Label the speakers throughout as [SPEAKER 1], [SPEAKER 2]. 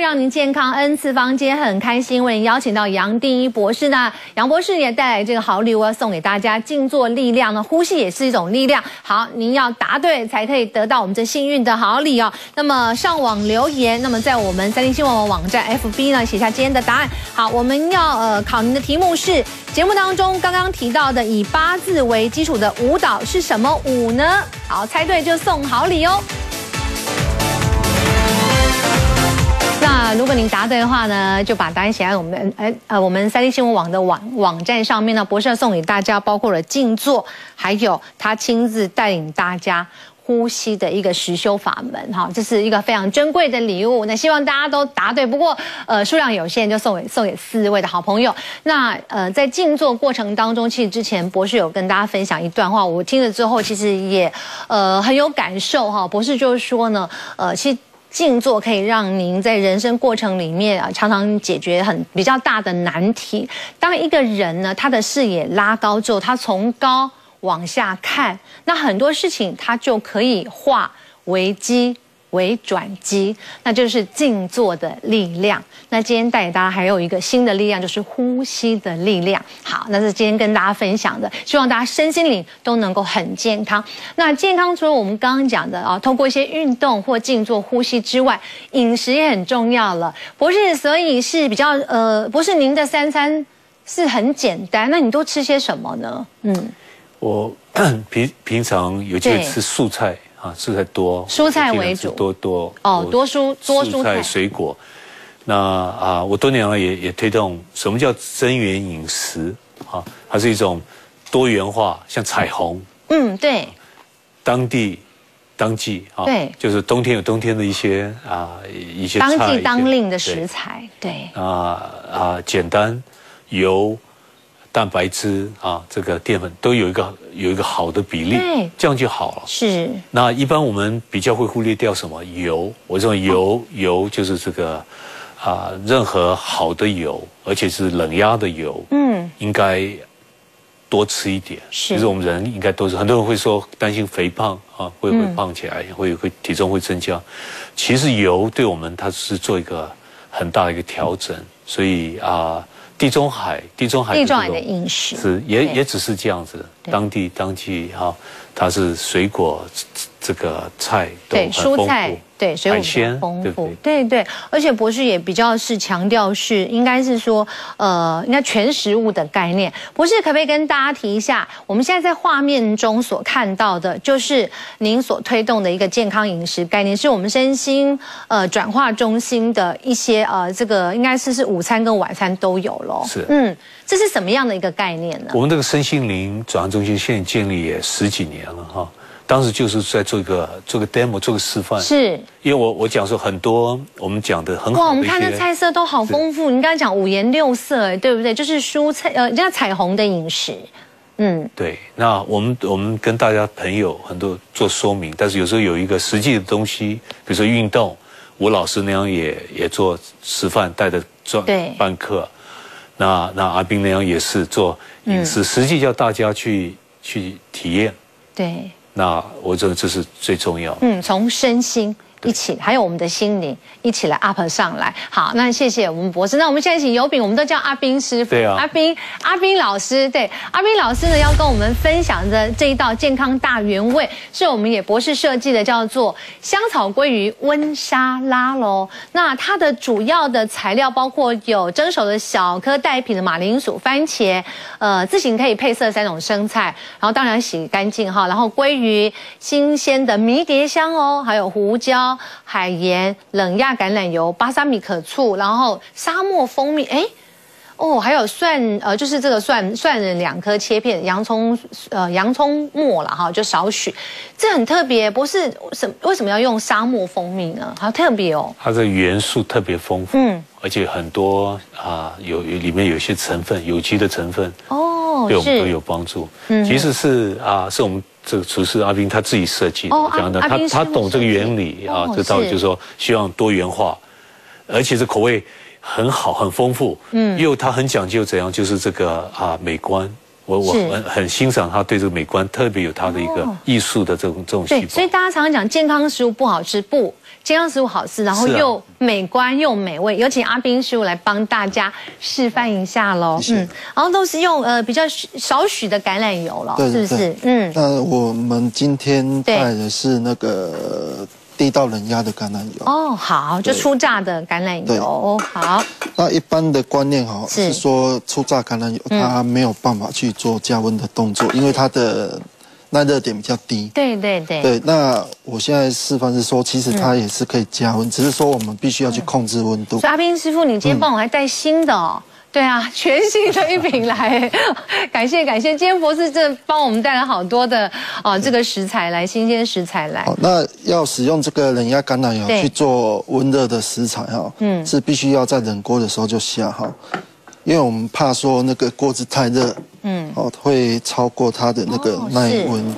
[SPEAKER 1] 让您健康 N 次方，今天很开心为您邀请到杨定一博士呢，杨博士也带来这个好礼物要送给大家，静坐力量呢，呼吸也是一种力量。好，您要答对才可以得到我们这幸运的好礼哦。那么上网留言，那么在我们三立新闻网网站 FB 呢写下今天的答案。好，我们要呃考您的题目是节目当中刚刚提到的以八字为基础的舞蹈是什么舞呢？好，猜对就送好礼哦。那如果您答对的话呢，就把答案写在我们哎呃我们三立新闻网的网网站上面呢。博士要送给大家，包括了静坐，还有他亲自带领大家。呼吸的一个实修法门，哈，这是一个非常珍贵的礼物。那希望大家都答对，不过呃数量有限，就送给送给四位的好朋友。那呃在静坐过程当中，其实之前博士有跟大家分享一段话，我听了之后其实也呃很有感受哈。博士就是说呢，呃其实。静坐可以让您在人生过程里面啊，常常解决很比较大的难题。当一个人呢，他的视野拉高之后，他从高往下看，那很多事情他就可以化危机为转机，那就是静坐的力量。那今天带给大家还有一个新的力量，就是呼吸的力量。好，那是今天跟大家分享的，希望大家身心灵都能够很健康。那健康除了我们刚刚讲的啊，通过一些运动或静坐呼吸之外，饮食也很重要了。博士，所以是比较呃，博士您的三餐是很简单，那你都吃些什么呢？嗯，
[SPEAKER 2] 我 平平常有机会吃素菜啊，素菜多，
[SPEAKER 1] 蔬菜
[SPEAKER 2] 我尽量
[SPEAKER 1] 为
[SPEAKER 2] 吃
[SPEAKER 1] 主
[SPEAKER 2] 多多
[SPEAKER 1] 哦
[SPEAKER 2] 我，
[SPEAKER 1] 多蔬多蔬
[SPEAKER 2] 蔬
[SPEAKER 1] 菜
[SPEAKER 2] 菜、水果。那啊，我多年来也也推动什么叫增援饮食啊，它是一种多元化，像彩虹，
[SPEAKER 1] 嗯，对，
[SPEAKER 2] 当地当季啊，
[SPEAKER 1] 对
[SPEAKER 2] 就是冬天有冬天的一些啊一些
[SPEAKER 1] 当
[SPEAKER 2] 菜一
[SPEAKER 1] 季
[SPEAKER 2] 些
[SPEAKER 1] 当令的
[SPEAKER 2] 对
[SPEAKER 1] 食材，对，
[SPEAKER 2] 啊啊，简单油、蛋白质啊，这个淀粉都有一个有一个好的比
[SPEAKER 1] 对
[SPEAKER 2] 例，这样就好了。
[SPEAKER 1] 是，
[SPEAKER 2] 那一般我们比较会忽略掉什么油？我认为
[SPEAKER 1] 哦
[SPEAKER 2] 油、油就是这个啊、任何好的油，而且是冷压的油，
[SPEAKER 1] 嗯，
[SPEAKER 2] 应该多吃一点。
[SPEAKER 1] 是
[SPEAKER 2] 就是我们人应该多吃。很多人会说担心肥胖啊，会会
[SPEAKER 1] 嗯
[SPEAKER 2] 胖起来，会会体重会增加。其实油对我们它是做一个很大的一个调整，所以啊、地中海地中
[SPEAKER 1] 嗯
[SPEAKER 2] 海
[SPEAKER 1] 地
[SPEAKER 2] 这
[SPEAKER 1] 中海的
[SPEAKER 2] 种
[SPEAKER 1] 饮食
[SPEAKER 2] 是也
[SPEAKER 1] 对
[SPEAKER 2] 也只是这样子，
[SPEAKER 1] 对
[SPEAKER 2] 当地当季哈、它是水果这个菜都
[SPEAKER 1] 对
[SPEAKER 2] 很丰
[SPEAKER 1] 蔬
[SPEAKER 2] 富，
[SPEAKER 1] 菜，对水果比
[SPEAKER 2] 海
[SPEAKER 1] 较
[SPEAKER 2] 鲜
[SPEAKER 1] 丰
[SPEAKER 2] 对
[SPEAKER 1] 富
[SPEAKER 2] 不，
[SPEAKER 1] 对对，而且博士也比较是强调是应该是说，呃，应该全食物的概念。博士可不可以跟大家提一下，我们现在在画面中所看到的，就是您所推动的一个健康饮食概念，是我们身心呃转化中心的一些呃这个应该是是午餐跟晚餐都有喽。
[SPEAKER 2] 是
[SPEAKER 1] 嗯，这是什么样的一个概念呢？
[SPEAKER 2] 我们这个身心灵转换中心现在建立也十几年了哈、当时就是在做一个做个 demo 做个示范，
[SPEAKER 1] 是
[SPEAKER 2] 因为我我讲说很多我们讲的很
[SPEAKER 1] 哇，我
[SPEAKER 2] 好的
[SPEAKER 1] 们
[SPEAKER 2] 一
[SPEAKER 1] 看那
[SPEAKER 2] 些，
[SPEAKER 1] 菜色都好丰富，你刚才讲五颜六色，哎，对不对？就是蔬菜，呃，人家彩虹的饮食，嗯，
[SPEAKER 2] 对，那我们我们跟大家朋友很多做说明，但是有时候有一个实际的东西，比如说运动，吴老师那样也也做示范，带着做
[SPEAKER 1] 对
[SPEAKER 2] 办课，那那阿斌那样也是做饮食，
[SPEAKER 1] 嗯
[SPEAKER 2] 实际叫大家去去体验。
[SPEAKER 1] 对，
[SPEAKER 2] 那我觉得这是最重要的。
[SPEAKER 1] 嗯，从身心一起，还有我们的心灵一起来 up 上来。好，那谢谢我们博士。那我们现在请有饼，我们都叫阿斌师傅，
[SPEAKER 2] 对啊
[SPEAKER 1] 阿斌，阿斌老师，对，阿斌老师呢要跟我们分享的这一道健康大原味，是我们也博士设计的，叫做香草鲑鱼温沙拉喽。那它的主要的材料包括有蒸熟的小颗带皮的马铃薯、番茄，呃，自行可以配色三种生菜，然后当然洗干净哈，然后鲑鱼、新鲜的迷迭香哦，还有胡椒、海盐、冷压橄榄油、巴萨米可醋，然后沙漠蜂蜜，哎。哦，还有蒜，呃，就是这个蒜蒜仁两颗切片，洋葱，呃，洋葱末了哈，就少许，这很特别。不是什为什么要用沙漠蜂蜜呢？好特别哦。
[SPEAKER 2] 它的元素特别丰富，
[SPEAKER 1] 嗯
[SPEAKER 2] 而且很多啊、有有里面有一些成分，有机的成分，
[SPEAKER 1] 哦，
[SPEAKER 2] 对我们
[SPEAKER 1] 是
[SPEAKER 2] 都
[SPEAKER 1] 嗯
[SPEAKER 2] 有帮助。其实是啊，是我们这个厨师阿斌他自己设计的，
[SPEAKER 1] 哦
[SPEAKER 2] 我讲的
[SPEAKER 1] 阿阿
[SPEAKER 2] 他
[SPEAKER 1] 斌师
[SPEAKER 2] 他
[SPEAKER 1] 傅
[SPEAKER 2] 懂这
[SPEAKER 1] 设
[SPEAKER 2] 个
[SPEAKER 1] 计
[SPEAKER 2] 原理啊
[SPEAKER 1] 哦，
[SPEAKER 2] 这道理
[SPEAKER 1] 是
[SPEAKER 2] 就是说希望多元化，而且这口味很好，很丰富。嗯，又他很讲究怎样，就是这个啊美观我我
[SPEAKER 1] 是
[SPEAKER 2] 很很欣赏他对这个美观，特别有他的一个
[SPEAKER 1] 哦
[SPEAKER 2] 艺术的这种这种细
[SPEAKER 1] 对，所
[SPEAKER 2] 胞
[SPEAKER 1] 以。大家常常讲健康食物不好吃，不，健康食物好吃，然后
[SPEAKER 2] 是啊
[SPEAKER 1] 又美观又美味。有请阿斌师傅来帮大家示范一下喽。
[SPEAKER 3] 谢谢，
[SPEAKER 1] 然后都是用呃比较许少许的橄榄油了，
[SPEAKER 3] 对
[SPEAKER 1] 是不
[SPEAKER 3] 对
[SPEAKER 1] 是
[SPEAKER 3] 对？
[SPEAKER 1] 嗯，
[SPEAKER 3] 那我们今天
[SPEAKER 1] 对
[SPEAKER 3] 带的是那个地道冷压的橄榄油。
[SPEAKER 1] 哦，好，就
[SPEAKER 3] 对
[SPEAKER 1] 初榨的橄榄
[SPEAKER 3] 对
[SPEAKER 1] 油，哦好，
[SPEAKER 3] 那一般的观念哈
[SPEAKER 1] 是嗯
[SPEAKER 3] 是说初榨橄榄油它没有办法去做加温的动作，因为它的耐热点比较低。
[SPEAKER 1] 对对对，嗯
[SPEAKER 3] 对，那我现在示范是说，其实它也是可以加温，只是说我们必须要去控制温度
[SPEAKER 1] 所。以阿斌师傅，你今
[SPEAKER 3] 嗯
[SPEAKER 1] 天帮我还带新的哦。对啊， 全新的一瓶来， 感谢感谢，今天博士真的帮我们带来好多的啊、这个食材来，新鲜食材来。
[SPEAKER 3] 好，那要使用这个冷压橄榄油
[SPEAKER 1] 对
[SPEAKER 3] 去做温热的食材哈，嗯，是必须要在冷锅的时候就下哈，因为我们怕说那个锅子太热，嗯，哦，会超过它的那个
[SPEAKER 1] 哦
[SPEAKER 3] 耐
[SPEAKER 1] 是
[SPEAKER 3] 温。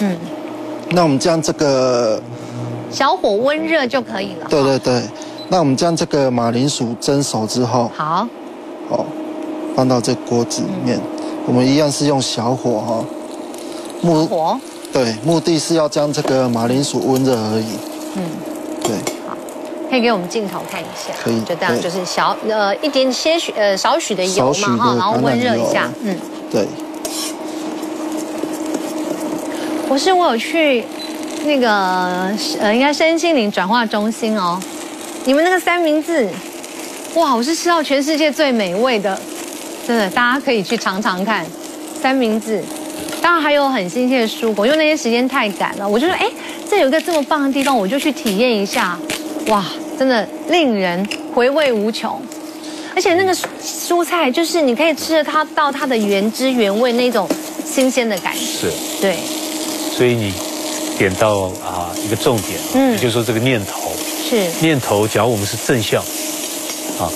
[SPEAKER 1] 嗯，
[SPEAKER 3] 那我们将这个，
[SPEAKER 1] 小火温热就可以了。
[SPEAKER 3] 对对对，那我们将这个马铃薯蒸熟之后，
[SPEAKER 1] 好，
[SPEAKER 3] 哦，放到这锅子里面，
[SPEAKER 1] 嗯
[SPEAKER 3] 我们一样是用小火哈、哦，目
[SPEAKER 1] 火
[SPEAKER 3] 对，目的是要将这个马铃薯温热而已。
[SPEAKER 1] 嗯
[SPEAKER 3] 嗯，对，
[SPEAKER 1] 可以给我们镜头看一下，
[SPEAKER 3] 可以
[SPEAKER 1] 就这样，
[SPEAKER 3] 对
[SPEAKER 1] 就是小呃一点些许呃少许的油
[SPEAKER 3] 少许
[SPEAKER 1] 嘛
[SPEAKER 3] 的
[SPEAKER 1] 哈，然后
[SPEAKER 3] 橄榄
[SPEAKER 1] 温热一下
[SPEAKER 3] 油，
[SPEAKER 1] 嗯。
[SPEAKER 3] 对，
[SPEAKER 1] 不是，我有去那个呃，应该身心灵转化中心哦。你们那个三明治，哇，我是吃到全世界最美味的，真的，大家可以去尝尝看三明治。当然还有很新鲜的蔬果，因为那些时间太赶了，我就说，哎，这有一个这么棒的地方，我就去体验一下。哇，真的令人回味无穷。而且那个蔬蔬菜，就是你可以吃得它到它的原汁原味那种新鲜的感觉，
[SPEAKER 2] 是，
[SPEAKER 1] 对。
[SPEAKER 2] 所以你点到啊一个重点，
[SPEAKER 1] 嗯
[SPEAKER 2] 嗯，也就是说这个念头，
[SPEAKER 1] 是
[SPEAKER 2] 念头，假如我们是正向，啊，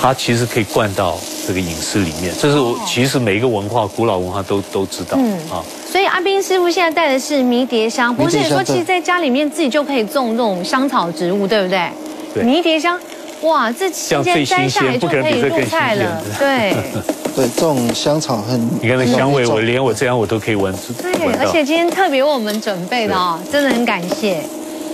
[SPEAKER 2] 它其实可以灌到这个饮食里面。这是我、其实每一个文化，古老文化都都知道、
[SPEAKER 1] 哦嗯
[SPEAKER 2] 啊。
[SPEAKER 1] 所以阿斌师傅现在带的是迷迭香，
[SPEAKER 3] 迷
[SPEAKER 1] 不
[SPEAKER 3] 迭
[SPEAKER 1] 是
[SPEAKER 3] 香
[SPEAKER 1] 也说其实
[SPEAKER 3] 对
[SPEAKER 1] 在家里面自己就可以种这种香草植物，对不对？
[SPEAKER 2] 对
[SPEAKER 1] 迷迭香，哇，这期
[SPEAKER 2] 样
[SPEAKER 1] 间
[SPEAKER 2] 最
[SPEAKER 1] 摘下来
[SPEAKER 2] 新鲜
[SPEAKER 1] 就
[SPEAKER 2] 不可能
[SPEAKER 1] 可以
[SPEAKER 2] 比这
[SPEAKER 1] 入
[SPEAKER 2] 更
[SPEAKER 1] 菜了，
[SPEAKER 2] 新
[SPEAKER 1] 对
[SPEAKER 3] 对，这种香草很，
[SPEAKER 2] 你看那
[SPEAKER 3] 很
[SPEAKER 2] 香
[SPEAKER 3] 容易
[SPEAKER 2] 味，
[SPEAKER 3] 中
[SPEAKER 2] 我连我这样我都可以闻出
[SPEAKER 1] 嗯对，
[SPEAKER 2] 闻
[SPEAKER 1] 而
[SPEAKER 2] 到。
[SPEAKER 1] 且今天特别为我们准备的哦，真的很感谢。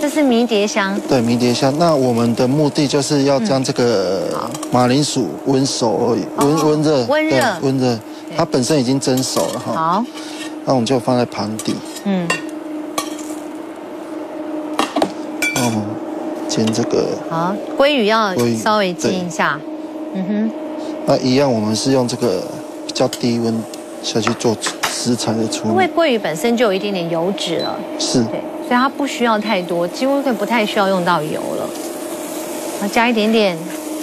[SPEAKER 1] 这是迷迭香，
[SPEAKER 3] 对迷迭香。那我们的目的就是要将这个马铃薯温熟而已，
[SPEAKER 1] 嗯
[SPEAKER 3] 温
[SPEAKER 1] 哦
[SPEAKER 3] 温热，
[SPEAKER 1] 温热
[SPEAKER 3] 对温热，它本身已经蒸熟了哈。
[SPEAKER 1] 好，
[SPEAKER 3] 那我们就放在盘底，
[SPEAKER 1] 嗯，
[SPEAKER 3] 那我们煎这个，
[SPEAKER 1] 好，鲑鱼要
[SPEAKER 3] 鲑鱼
[SPEAKER 1] 稍微煎一下，嗯哼，
[SPEAKER 3] 那一样我们是用这个比较低温下去做食材的处
[SPEAKER 1] 因为
[SPEAKER 3] 理，
[SPEAKER 1] 鲑鱼本身就有一点点油脂了，
[SPEAKER 3] 是
[SPEAKER 1] 对，所以它不需要太多，几乎可以不太需要用到油了。然后加一点点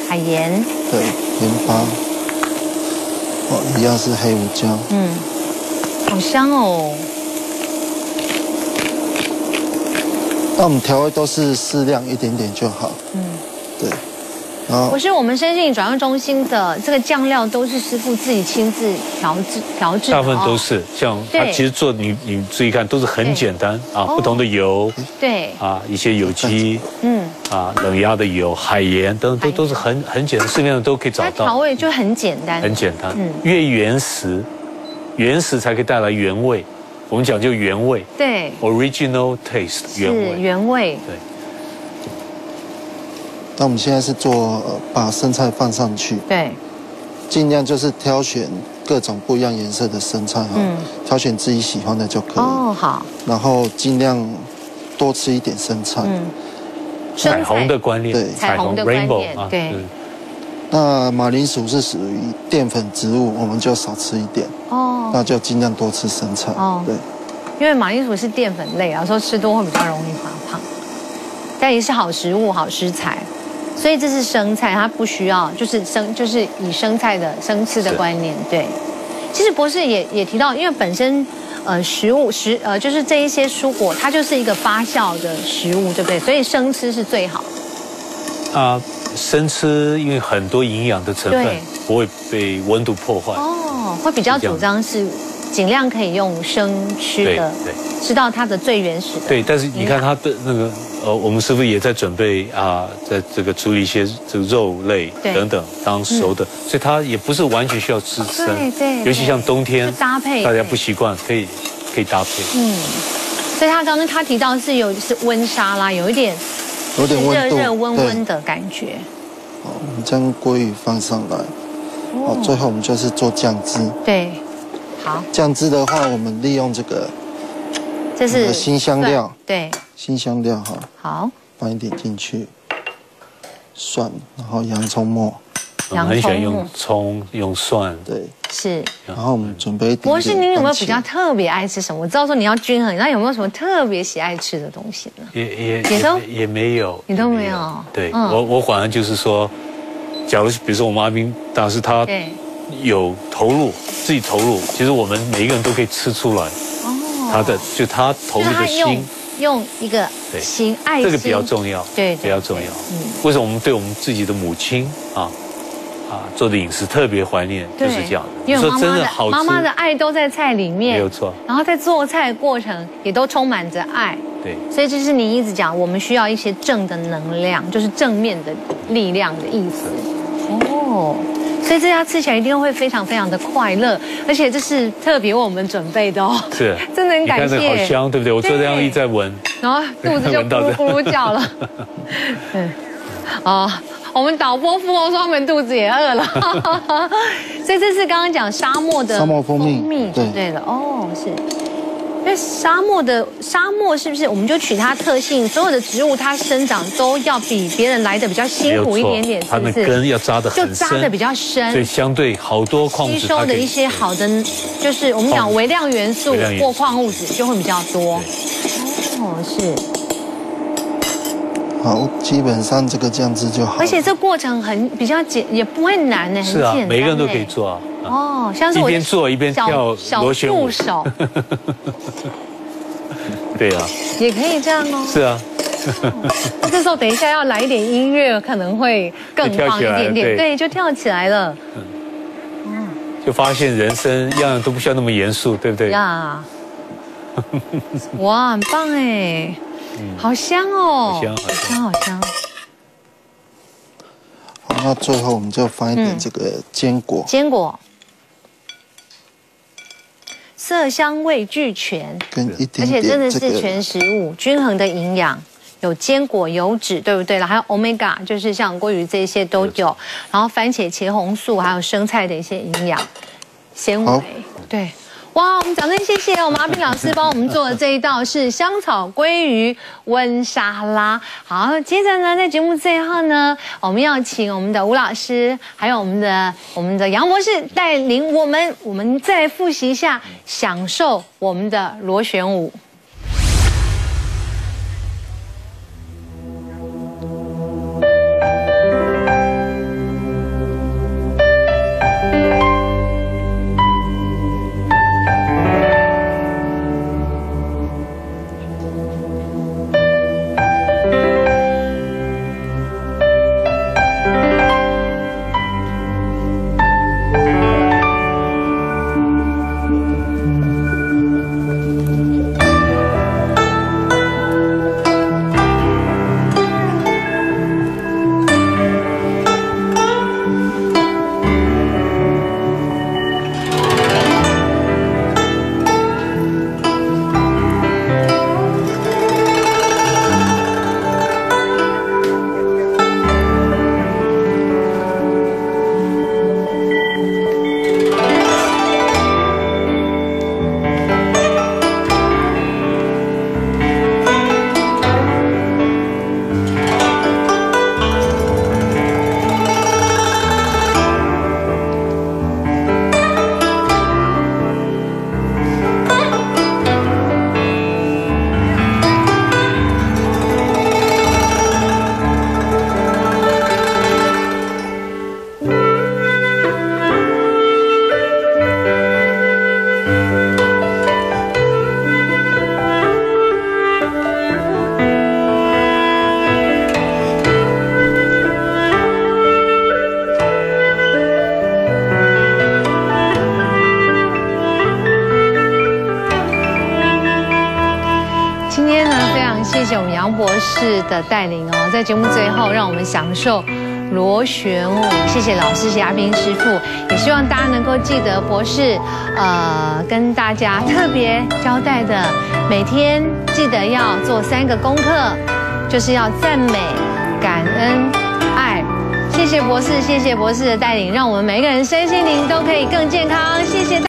[SPEAKER 1] 海盐，
[SPEAKER 3] 对盐巴，哦，一样是黑胡椒。
[SPEAKER 1] 嗯，好香哦，
[SPEAKER 3] 那我们调味都是适量一点点就好。
[SPEAKER 1] 嗯
[SPEAKER 3] 嗯，对。然后
[SPEAKER 1] 不是我们身心转换中心的这个酱料都是师傅自己亲自调制调制的、
[SPEAKER 2] 大
[SPEAKER 1] 哦，
[SPEAKER 2] 部分都是像它
[SPEAKER 1] 对
[SPEAKER 2] 其实做你你注意看都是
[SPEAKER 1] 对
[SPEAKER 2] 很简单啊，
[SPEAKER 1] 哦
[SPEAKER 2] 不同的油
[SPEAKER 1] 对，
[SPEAKER 2] 啊，一些有机
[SPEAKER 1] 嗯，
[SPEAKER 2] 啊，冷压的油、海盐等等都都是很很简单，市面上都可以找
[SPEAKER 1] 它
[SPEAKER 2] 到。
[SPEAKER 1] 调味就很简单，
[SPEAKER 2] 很简单，
[SPEAKER 1] 嗯
[SPEAKER 2] 越原始，原始才可以带来原味。我们讲究原味
[SPEAKER 1] 对，
[SPEAKER 2] ，original taste，
[SPEAKER 1] 是
[SPEAKER 2] 原味。
[SPEAKER 1] 原味，
[SPEAKER 3] 那我们现在是做、呃把生菜放上去，
[SPEAKER 1] 对，
[SPEAKER 3] 尽量就是挑选各种不一样颜色的生菜哈、
[SPEAKER 1] 嗯
[SPEAKER 3] 挑选自己喜欢的就可以。
[SPEAKER 1] 哦，好，
[SPEAKER 3] 然后尽量多吃一点生菜。
[SPEAKER 1] 嗯，
[SPEAKER 2] 彩虹啊嗯的观念
[SPEAKER 3] 对，
[SPEAKER 1] 彩虹的观念对
[SPEAKER 2] 就是
[SPEAKER 3] 那马铃薯是属于淀粉植物，我们就少吃一点，
[SPEAKER 1] 哦，
[SPEAKER 3] 那就尽量多吃生菜。
[SPEAKER 1] 哦
[SPEAKER 3] 对，
[SPEAKER 1] 因为马铃薯是淀粉类啊，说吃多会比较容易发胖，但也是好食物、好食材，所以这是生菜，它不需要就是生就是以生菜的生吃的
[SPEAKER 2] 是
[SPEAKER 1] 观念对。其实博士也也提到，因为本身呃食物食呃就是这一些蔬果，它就是一个发酵的食物，对不对？所以生吃是最好的。
[SPEAKER 2] 啊，生吃因为很多营养的成分
[SPEAKER 1] 对
[SPEAKER 2] 不会被温度破坏，
[SPEAKER 1] 哦，会比较主张是尽量可以用生吃的
[SPEAKER 2] 对，
[SPEAKER 1] 吃到它的最原始的。
[SPEAKER 2] 对，但是你看他的那个呃，我们师傅也在准备啊，在这个处理一些这个肉类
[SPEAKER 1] 对嗯
[SPEAKER 2] 等等当熟的，所以它也不是完全需要吃生，
[SPEAKER 1] 对对
[SPEAKER 2] 尤其像冬天
[SPEAKER 1] 就搭配
[SPEAKER 2] 大
[SPEAKER 1] 对
[SPEAKER 2] 家不习惯，可以可以搭配。
[SPEAKER 1] 所以他刚刚他提到是有是温沙拉，有一点
[SPEAKER 3] 有点
[SPEAKER 1] 热
[SPEAKER 3] 温度，
[SPEAKER 1] 热温温
[SPEAKER 3] 对，
[SPEAKER 1] 的感觉。
[SPEAKER 3] 好，我们将鲑鱼放上来，好，
[SPEAKER 1] 哦
[SPEAKER 3] 最后我们就是做酱汁。
[SPEAKER 1] 对，好，
[SPEAKER 3] 酱汁的话，我们利用这个
[SPEAKER 1] 这
[SPEAKER 3] 我们
[SPEAKER 1] 是
[SPEAKER 3] 的新香料
[SPEAKER 1] 蒜对，
[SPEAKER 3] 新香料哈，
[SPEAKER 1] 好，
[SPEAKER 3] 放一点进去，蒜，然后洋葱末，
[SPEAKER 2] 我嗯们很喜欢
[SPEAKER 1] 洋葱
[SPEAKER 2] 用葱、用蒜，
[SPEAKER 3] 对，
[SPEAKER 1] 是。
[SPEAKER 3] 然后我们准备一点点
[SPEAKER 1] 博士，您有没有
[SPEAKER 3] 番
[SPEAKER 1] 比
[SPEAKER 3] 茄
[SPEAKER 1] 较特别爱吃什么？我知道说你要均衡，那有没有什么特别喜爱吃的东西呢？
[SPEAKER 2] 也也
[SPEAKER 1] 也都
[SPEAKER 2] 也没有，
[SPEAKER 1] 你都
[SPEAKER 2] 也
[SPEAKER 1] 没有
[SPEAKER 2] 对、
[SPEAKER 1] 嗯
[SPEAKER 2] 我，我反而就是说，假如比如说我们阿兵大师他
[SPEAKER 1] 对，
[SPEAKER 2] 有投入，自己投入，其实我们每一个人都可以吃出来
[SPEAKER 1] 哦，
[SPEAKER 2] 他的，就他投
[SPEAKER 1] 就
[SPEAKER 2] 入
[SPEAKER 1] 是他
[SPEAKER 2] 的
[SPEAKER 1] 用
[SPEAKER 2] 心，
[SPEAKER 1] 用一个
[SPEAKER 2] 对
[SPEAKER 1] 心爱心，
[SPEAKER 2] 这个比较重要，
[SPEAKER 1] 对对
[SPEAKER 2] 比较重要
[SPEAKER 1] 嗯。
[SPEAKER 2] 为什么我们对我们自己的母亲啊啊做的饮食特别怀念，就
[SPEAKER 1] 对，
[SPEAKER 2] 是这样的。
[SPEAKER 1] 因
[SPEAKER 2] 你
[SPEAKER 1] 为
[SPEAKER 2] 说
[SPEAKER 1] 妈
[SPEAKER 2] 真
[SPEAKER 1] 妈的
[SPEAKER 2] 好吃，
[SPEAKER 1] 妈妈的爱都在菜里面，
[SPEAKER 2] 没有错
[SPEAKER 1] 然后在做菜过程也都充满着爱，
[SPEAKER 2] 对
[SPEAKER 1] 所以这是您一直讲，我们需要一些正的能量，就是正面的力量的意思。哦，所以这家吃起来一定会非常非常的快乐，而且这是特别为我们准备的哦。
[SPEAKER 2] 是
[SPEAKER 1] 真的很
[SPEAKER 2] 你看
[SPEAKER 1] 感
[SPEAKER 2] 这
[SPEAKER 1] 谢。
[SPEAKER 2] 个好香，对不对？我这样一再闻，
[SPEAKER 1] 然后肚子就咕 噜咕噜叫了。嗯，哦，我们导播富翁说他们肚子也饿了， 所以这是刚刚讲沙漠的
[SPEAKER 3] 沙漠蜂蜜
[SPEAKER 1] 对
[SPEAKER 3] 对
[SPEAKER 1] 对的哦，是。因为沙漠的沙漠是不是我们就取它特性，所有的植物它生长都要比别人来的比较
[SPEAKER 2] 没
[SPEAKER 1] 辛
[SPEAKER 2] 有
[SPEAKER 1] 苦一点点，
[SPEAKER 2] 错，它
[SPEAKER 1] 是不
[SPEAKER 2] 的
[SPEAKER 1] 是？
[SPEAKER 2] 根要扎得
[SPEAKER 1] 就
[SPEAKER 2] 很深，
[SPEAKER 1] 扎的比较
[SPEAKER 2] 所以
[SPEAKER 1] 深，
[SPEAKER 2] 相对好多矿
[SPEAKER 1] 吸
[SPEAKER 2] 物质
[SPEAKER 1] 收
[SPEAKER 2] 它可
[SPEAKER 1] 的
[SPEAKER 2] 以
[SPEAKER 1] 一些好的就是我们
[SPEAKER 2] 矿
[SPEAKER 1] 讲
[SPEAKER 2] 物质
[SPEAKER 1] 微量元素
[SPEAKER 2] 微量元素
[SPEAKER 1] 或矿物质就会比较多。哦，是。
[SPEAKER 3] 好，基本上这个酱汁就好了。
[SPEAKER 1] 而且这过程很比较简，也不会难欸呢，很
[SPEAKER 2] 是
[SPEAKER 1] 简
[SPEAKER 2] 啊
[SPEAKER 1] 单。，
[SPEAKER 2] 每个人都可以。做啊。啊
[SPEAKER 1] 哦，像是
[SPEAKER 2] 一
[SPEAKER 1] 我
[SPEAKER 2] 边做一边跳
[SPEAKER 1] 小小
[SPEAKER 2] 螺旋
[SPEAKER 1] 助
[SPEAKER 2] 舞，
[SPEAKER 1] 手
[SPEAKER 2] 对啊，
[SPEAKER 1] 也可以这样哦。
[SPEAKER 2] 是啊，
[SPEAKER 1] 那这时候等一下要来一点音乐，可能会更
[SPEAKER 2] 就跳
[SPEAKER 1] 棒一
[SPEAKER 2] 起来了
[SPEAKER 1] 点点。
[SPEAKER 2] 对
[SPEAKER 1] 对，就跳起来了
[SPEAKER 2] 就发现人生样样都不需要那么严肃，对不对？
[SPEAKER 1] 呀！哇，很棒哎，好香哦，
[SPEAKER 2] 好香
[SPEAKER 1] 好
[SPEAKER 2] 好
[SPEAKER 1] 香，
[SPEAKER 2] 香
[SPEAKER 1] 好香。
[SPEAKER 3] 好，那最后我们就放一点这个坚果，
[SPEAKER 1] 坚果，色香味俱全。
[SPEAKER 3] 跟一
[SPEAKER 1] 而
[SPEAKER 3] 点
[SPEAKER 1] 且真的
[SPEAKER 3] 点这
[SPEAKER 1] 是
[SPEAKER 3] 个
[SPEAKER 1] 全食物，均衡的营养，有坚果、油脂，对不对了？还有 omega，就是像鲑鱼这些都有，然后番茄、茄红素，还有生菜的一些营养纤维
[SPEAKER 3] 好，
[SPEAKER 1] 对。哇，我们掌声谢谢我们阿斌老师帮我们做的这一道是香草鲑鱼温沙拉。好，接着呢，在节目最后呢，我们要请我们的吴老师，还有我们的我们的杨博士带领我们，我们再来复习一下，享受我们的螺旋舞。
[SPEAKER 4] Thank
[SPEAKER 1] 天呢，非常谢谢我们杨博士的带领哦，在节目最后，让我们享受螺旋舞。谢谢老师，谢谢阿斌师傅，也希望大家能够记得博士，呃，跟大家特别交代的，每天记得要做三个功课，就是要赞美、感恩、爱。谢谢博士，谢谢博士的带领，让我们每一个人身心灵都可以更健康。谢谢大。